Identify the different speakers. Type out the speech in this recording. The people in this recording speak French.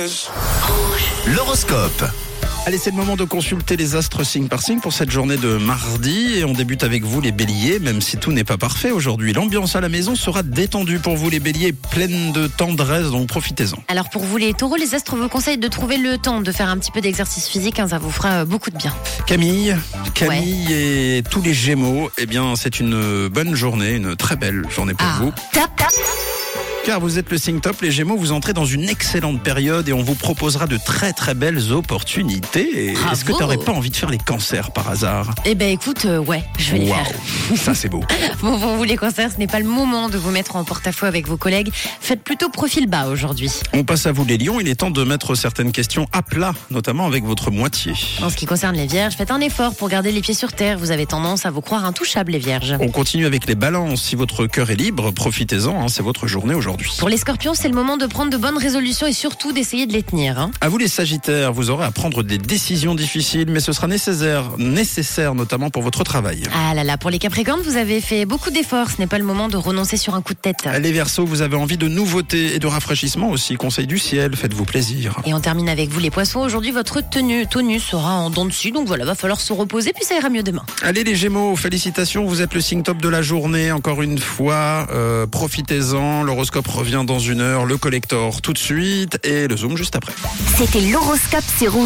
Speaker 1: Rouge. L'horoscope.
Speaker 2: Allez, c'est le moment de consulter les astres signe par signe pour cette journée de mardi. Et on débute avec vous, les béliers, même si tout n'est pas parfait aujourd'hui. L'ambiance à la maison sera détendue pour vous, les béliers, pleine de tendresse, donc profitez-en.
Speaker 3: Alors pour vous les taureaux, les astres vous conseillent de trouver le temps de faire un petit peu d'exercice physique, hein, ça vous fera euh, beaucoup de bien.
Speaker 2: Camille, Camille et tous les gémeaux, eh bien, c'est une bonne journée, une très belle journée pour vous.
Speaker 3: Ah. tap, tap.
Speaker 2: Car vous êtes le signe top, les gémeaux, vous entrez dans une excellente période et on vous proposera de très très belles opportunités. Et
Speaker 3: Bravo.
Speaker 2: Est-ce que t'aurais pas envie de faire les cancers par hasard
Speaker 3: Eh ben écoute, euh, ouais, je vais le faire.
Speaker 2: Waouh, ça c'est beau.
Speaker 3: Bon, pour vous les cancers, ce n'est pas le moment de vous mettre en porte-à-faux avec vos collègues. Faites plutôt profil bas aujourd'hui.
Speaker 2: On passe à vous les lions, il est temps de mettre certaines questions à plat, notamment avec votre moitié.
Speaker 3: En ce qui concerne les vierges, faites un effort pour garder les pieds sur terre. Vous avez tendance à vous croire intouchables les vierges.
Speaker 2: On continue avec les balances, si votre cœur est libre, profitez-en, hein, c'est votre journée aujourd'hui.
Speaker 3: Pour les scorpions, c'est le moment de prendre de bonnes résolutions et surtout d'essayer de les tenir. hein.
Speaker 2: À vous les sagittaires, vous aurez à prendre des décisions difficiles, mais ce sera nécessaire, nécessaire notamment pour votre travail.
Speaker 3: Ah là là, pour les capricornes, vous avez fait beaucoup d'efforts. Ce n'est pas le moment de renoncer sur un coup de tête.
Speaker 2: Les Verseaux, vous avez envie de nouveautés et de rafraîchissement aussi. Conseil du ciel, faites-vous plaisir.
Speaker 3: Et on termine avec vous les poissons. Aujourd'hui, votre tenue, tonus sera en dents dessus. Donc voilà, va falloir se reposer, puis ça ira mieux demain.
Speaker 2: Allez les Gémeaux, félicitations, vous êtes le signe top de la journée. Encore une fois, euh, profitez-en. L'horoscope revient dans une heure, le collector tout de suite et le zoom juste après.
Speaker 4: C'était l'horoscope sur Rouge.